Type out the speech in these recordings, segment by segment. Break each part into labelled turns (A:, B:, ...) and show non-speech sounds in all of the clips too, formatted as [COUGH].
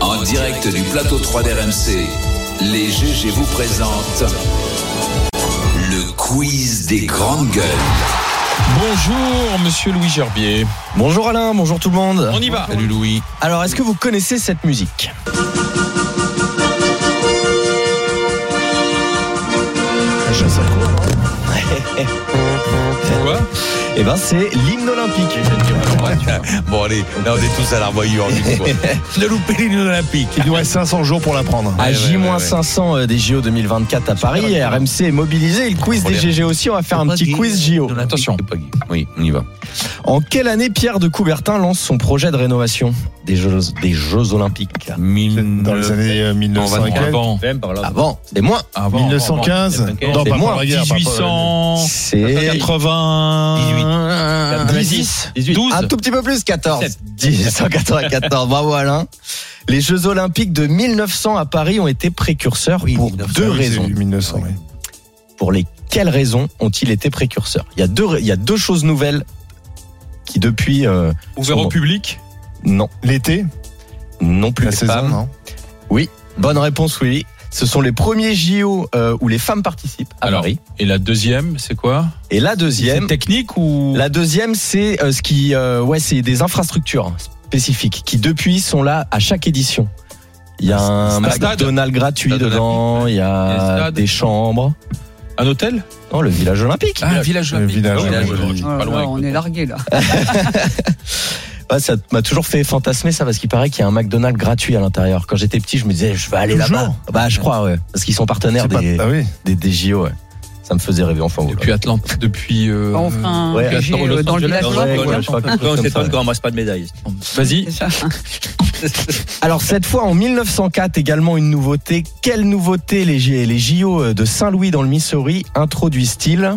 A: En direct du plateau 3 d'RMC, les GG vous présentent le quiz des grandes gueules.
B: Bonjour Monsieur Louis Gerbier.
C: Bonjour Alain, bonjour tout le monde.
B: On y va. Salut Louis.
C: Alors, est-ce que vous connaissez cette musique [LAUGHS]
B: Quoi
C: Eh ben, c'est l'hymne olympique.
B: Bon allez, là on est tous à l'armoyure du coup. Ne loupez l'hymne olympique.
D: Il nous reste 500 jours pour l'apprendre.
C: À
B: ouais, ouais, ouais.
C: J-500 euh, des JO 2024 à Paris, et RMC est mobilisé. et Le quiz
B: On
C: des
B: les-
C: GG aussi, on va faire un petit quiz JO.
B: Attention. Oui, on y va.
C: En quelle année Pierre de Coubertin lance son projet de rénovation des Jeux, des jeux Olympiques
B: Mm.
D: Dans les années euh, 1900 et quelques.
B: Avant.
C: Avant, c'est moins.
B: Avant.
D: 1915
B: avant.
D: Non,
C: C'est
D: pas
C: moi,
D: pour la guerre. pas pour la-
B: 1800.
C: C'est
B: 80.
C: 18.
B: 12.
C: Un tout petit peu plus, 14. 1894,
B: [LAUGHS]
C: bravo Alain. Les Jeux Olympiques de 1900 à Paris ont été précurseurs pour deux
D: Ah oui, c'est
C: raisons.
D: 1900, oui.
C: Pour lesquelles raisons ont-ils été précurseurs il y, a deux, il y a deux choses nouvelles qui depuis... euh,
B: Ouvert au public.
C: non,
D: L'été,
C: non plus
D: la
C: les
D: saison,
C: femmes.
D: non
C: Bonne réponse, oui. Ce sont les premiers JO euh, où les femmes participent à
B: Alors.
C: Paris.
B: Et la deuxième, c'est quoi
C: Et la
B: C'est
C: deuxième,
B: Technique ou
C: la deuxième, c'est euh, ce qui, euh, ouais, c'est des infrastructures spécifiques qui depuis sont là à chaque édition. Il y a un
B: Un stade.
C: McDonald's gratuit
B: Stade
C: dedans, il y
B: Il y a un
C: a
B: stade.
C: des chambres.
B: un hôtel
C: Non, le village olympique.
B: Ah, un village.
D: Le village olympique.
E: Oh là
B: Pas
E: là,
B: loin.
E: on est largué là.
C: Ouais, Ah, ça m'a toujours fait fantasmer ça parce qu'il paraît qu'il y a un McDonald's gratuit à l'intérieur. Quand j'étais petit, je me disais, je vais aller là-bas.
D: Toujours
C: Bah, je crois, ouais, parce qu'ils sont partenaires
D: C'est pas-
C: des,
D: Ah oui.
C: des, des JO. ouais. Ça me faisait rêver enfin. voilà.
B: Depuis Atlante. Depuis. euh,
E: Ah, on fera un
C: ouais,
E: GG
B: attends, Los
E: dans le
B: Angeles,
E: village
B: ouais,
E: olympique.
B: ouais,
E: hein.
C: je crois, quelque chose comme ça, ouais.
B: Vas-y.
E: C'est ça.
C: Alors cette fois en 1904 également une nouveauté. Quelle nouveauté les, J- les JO de Saint-Louis dans le Missouri introduisent-ils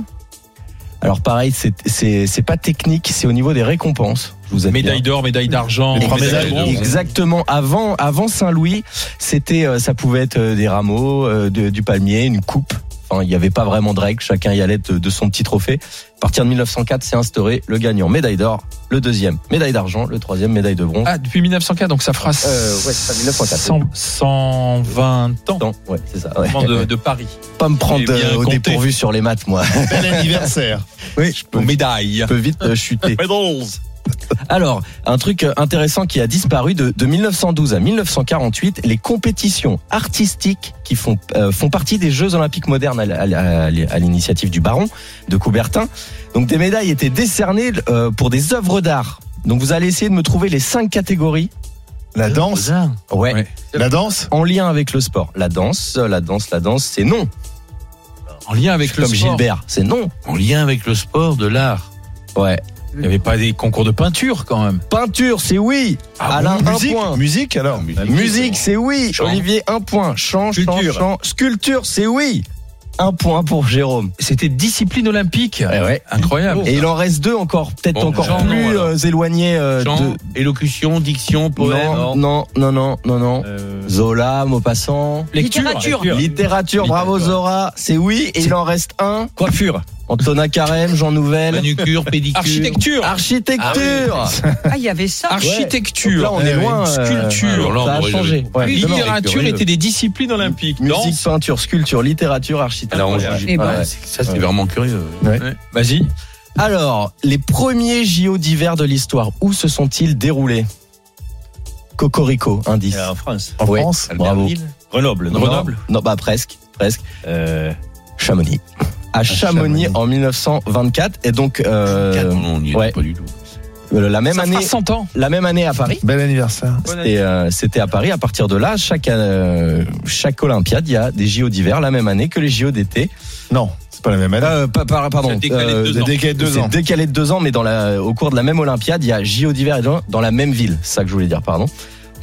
C: Alors pareil, c'est- c'est c'est pas technique, c'est au niveau des récompenses. Je vous aide bien.
B: Médaille d'or, médaille d'argent,
D: Les trois
B: médaille de
D: médailles.
B: bronze.
C: Exactement. Avant, avant Saint-Louis, c'était, euh, ça pouvait être euh, des rameaux, euh, de- du palmier, une coupe. Enfin, il n'y avait pas vraiment de règle. Chacun y allait de, de son petit trophée. À partir de 1904, c'est instauré le gagnant médaille d'or, le deuxième médaille d'argent, le troisième médaille de bronze.
B: Ah, depuis 1904, donc ça fera
C: Euh, ouais, c'est ça, 1904.
B: 100 120 ans
C: Non, ouais, c'est ça. ouais.
B: de, de Paris.
C: Pas me prendre
B: J'ai bien
C: euh, au
B: compté.
C: dépourvu sur les maths, moi.
D: Bel anniversaire.
C: Oui, je peux, je
B: médailles.
C: peux vite euh, chuter.
B: Médailles.
C: Alors, un truc euh, intéressant qui a disparu de, de 1912 à 1948, les compétitions artistiques qui font, euh, font partie des Jeux Olympiques modernes à, l- à l- à l'initiative du baron de Coubertin. Donc, des médailles étaient décernées euh, pour des œuvres d'art. Donc, vous allez essayer de me trouver les cinq catégories.
D: [LAUGHS] La danse,
C: Ouais.
B: Ouais.
D: la danse,
C: En lien avec le sport. La danse, euh, la danse, la danse, c'est non.
B: En lien avec le
C: Comme
B: sport.
C: Gilbert, c'est non.
B: En lien avec le sport, de l'art.
C: Ouais.
B: Il n'y avait pas des concours de peinture quand même.
C: Peinture, c'est oui.
B: Ah
C: Alain, un
D: musique,
C: point.
D: Ah, musique alors.
C: Musique, c'est oui.
B: Chant.
C: Olivier, un point. Chant, chant,
B: Culture.
C: chant. Sculpture, c'est oui. Un point pour Jérôme.
B: C'était discipline olympique.
C: Eh ouais.
B: Incroyable.
C: Et il en reste deux encore, peut-être
B: Bon,
C: encore
B: chant, non,
C: plus
B: alors.
C: euh, éloignés euh, de.
B: élocution, diction,
C: non, non, non, non, non,
B: Euh.
C: non. Zola, Maupassant.
B: Lecture.
E: Littérature.
B: Lecture.
C: Littérature, bravo Zora, c'est oui. Et il en reste un.
B: Coiffure.
C: Antonin Carême, Jean Nouvel.
B: [LAUGHS] Manucure, pédicure. Architecture.
C: Architecture.
E: Ah, il y avait ça.
C: Donc
B: Architecture.
C: là, on est
D: Eh oui.
C: loin. euh,
B: Sculpture.
C: Ça a changé. Ouais, demain.
B: Littérature était des disciplines olympiques. Bah,
C: Musique, peinture, sculpture, littérature, architecture.
E: Eh ben,
C: Ouais.
B: Ça,
C: c'est
B: vraiment curieux.
D: Ouais.
B: Vas-y.
C: Alors, les premiers JO d'hiver de l'histoire, où se sont-ils déroulés Cocorico, indice.
F: en France.
D: En
C: Ouais.
D: France,
C: Bravo.
F: Grenoble.
C: Non,
B: Grenoble
C: Non, bah presque, presque.
F: Euh,
C: Chamonix. À Chamonix,
D: Chamonix.
C: en 1924 et donc euh, ouais,
B: pas du tout.
C: euh, la même
B: Ça fera
C: année,
B: 100 ans.
C: la même année à Paris.
D: bel anniversaire.
C: C'était euh, c'était à Paris. À partir de là, chaque euh, chaque Olympiade, il y a des JO d'hiver la même année que les JO d'été.
D: Non, c'est pas la même année.
C: Euh, pas- pas- pardon.
B: C'est décalé de
C: euh,
B: deux ans.
D: C'est décalé de deux
C: C'est
D: ans.
C: décalé de deux ans, mais dans la, au cours de la même Olympiade, il y a JO d'hiver et de juin dans la même ville. C'est ça que je voulais dire, pardon.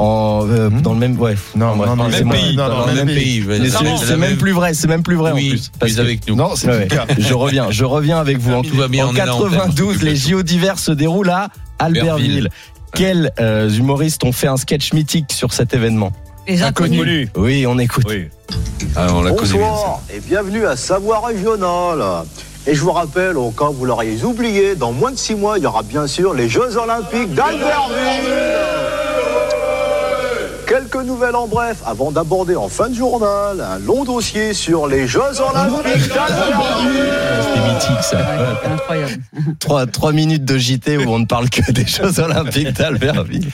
C: En, euh,
D: Hmm.
C: Dans le même, ouais.
D: Non,
C: bref,
D: non, non,
C: c'est
D: même
C: moi.
D: pays.
C: Dans
D: Non, non,
C: le
D: même pays.
B: je vais
C: Mais
B: dire.
C: c'est
B: Clairement,
C: c'est
B: la
C: même
B: même-
C: plus vrai, c'est même plus vrai en plus. Parce que-
B: avec
D: Non, c'est
C: Ouais,
D: plus clair.
C: je reviens, je reviens avec vous. En,
B: Tout va bien,
C: en
B: on est là, on t'aime.
C: 92, les JO d'hiver se déroulent à Albertville.
B: Albertville.
C: Quels euh, humoristes ont fait un sketch mythique sur cet événement
E: Les inconnus.
F: Inconnu.
C: Oui, on écoute.
F: Oui.
B: Ah, on la connaît bien.
G: Bonsoir et bienvenue à Savoir Régional. Et je vous rappelle, au cas où vous l'auriez oublié, dans moins de six mois, il y aura bien sûr les Jeux Olympiques d'Albertville. Quel Quelques nouvelles en bref avant d'aborder en fin de journal un long dossier sur les Jeux Olympiques d'Albertville.
C: C'était mythique ça.
E: C'est incroyable.
C: Trois, trois minutes de JT où on ne parle que des Jeux Olympiques d'Albertville.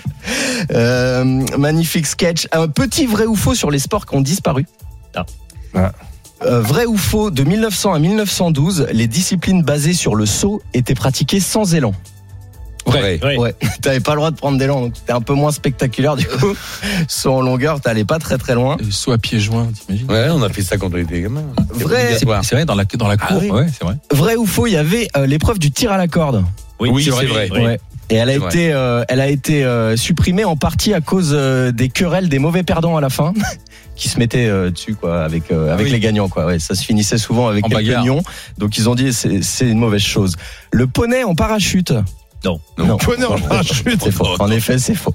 C: Euh, magnifique sketch. Un petit vrai ou faux sur les sports qui ont disparu. Ah.
D: Ah.
C: Euh, vrai ou faux, de 1900 à 1912, les disciplines basées sur le saut étaient pratiquées sans élan.
B: Vrai.
C: Ouais, [LAUGHS] t'avais pas le droit de prendre d'élan, donc c'était un peu moins spectaculaire du coup. Saut en longueur, t'allais pas très très
B: Euh,
C: loin.
F: Soit à pieds joints, t'imagines
B: Ouais, on a fait ça quand on était gamin.
C: Vrai,
F: C'est c'est vrai, dans la, dans la cour,
B: Ah oui.
F: ouais, c'est vrai.
C: vrai ou faux, il y avait euh, l'épreuve du tir à la corde.
B: Oui, c'est vrai.
C: Ouais. Et elle a
B: C'est vrai.
C: été, euh, elle a été euh, supprimée en partie à cause euh, des querelles des mauvais perdants à la fin, [LAUGHS] qui se mettaient euh, dessus quoi, avec euh, avec
F: oui.
C: les gagnants quoi. Ouais, ça se finissait souvent avec
F: En
C: quelques
F: bagarre.
C: nions. Donc ils ont dit c'est c'est une mauvaise chose. Le poney en parachute. Non, non,
D: Poney en parachute.
C: C'est faux. En effet, c'est faux.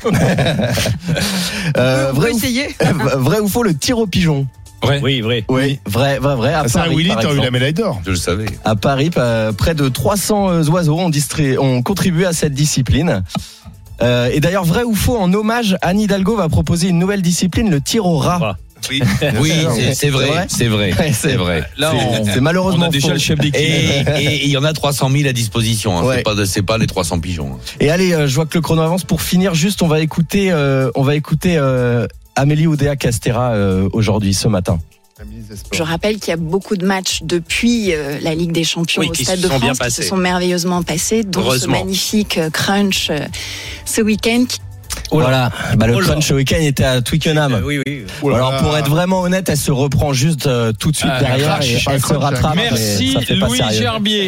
C: Euh,
E: On peut
C: vrai, ou,
E: essayer
C: vrai ou faux le tir au pigeon.
F: Vrai.
C: Oui, vrai. Oui, vrai, vrai, vrai. À
D: Ah, ça,
C: Paris,
D: Willy,
C: par
D: t'as eu
C: exemple.
D: la médaille d'or.
B: Je le savais.
C: À Paris, pa- près de 300 euh, oiseaux ont, distri- ont contribué à cette discipline. Euh, et d'ailleurs, vrai ou faux, en hommage, Anne Hidalgo va proposer une nouvelle discipline, le tir au rat.
B: Oui, c'est- c'est vrai. C'est vrai.
C: Ouais,
B: C'est vrai.
C: Là,
B: C'est-
C: c'est
F: On
C: malheureusement
F: a déjà
C: faux.
F: le chef d'équipe.
B: Et et il y en a 300 000 à disposition. hein.
C: Ouais.
B: C'est pas, c'est pas les 300 pigeons. hein.
C: Et allez, euh, je vois que le chrono avance. Pour finir, juste, on va écouter, euh, on va écouter euh, Amélie Oudéa Castera euh, aujourd'hui, ce matin.
H: Je rappelle qu'il y a beaucoup de matchs depuis euh, la Ligue des Champions
I: Oui,
H: au
I: qui
H: Stade
I: se
H: de
I: sont
H: France
I: bien
H: qui
I: passés.
H: se sont merveilleusement passés, dont ce
I: Heureusement.
H: magnifique euh, crunch euh, ce week-end qui
C: voilà. Bah, le
I: Oh là.
C: crunch week-end était à
F: Ah
C: Twickenham.
F: bah
B: Eh
I: Oui, oui.
D: Oh là
C: Alors
D: là.
C: pour être vraiment honnête, elle se reprend juste euh, tout de suite
F: Ah,
C: derrière
D: crash,
C: et
D: un
C: elle se
D: crash, un
C: rattrape. mais
F: Merci
C: ça fait pas
F: Louis
C: sérieux.
F: Gerbier.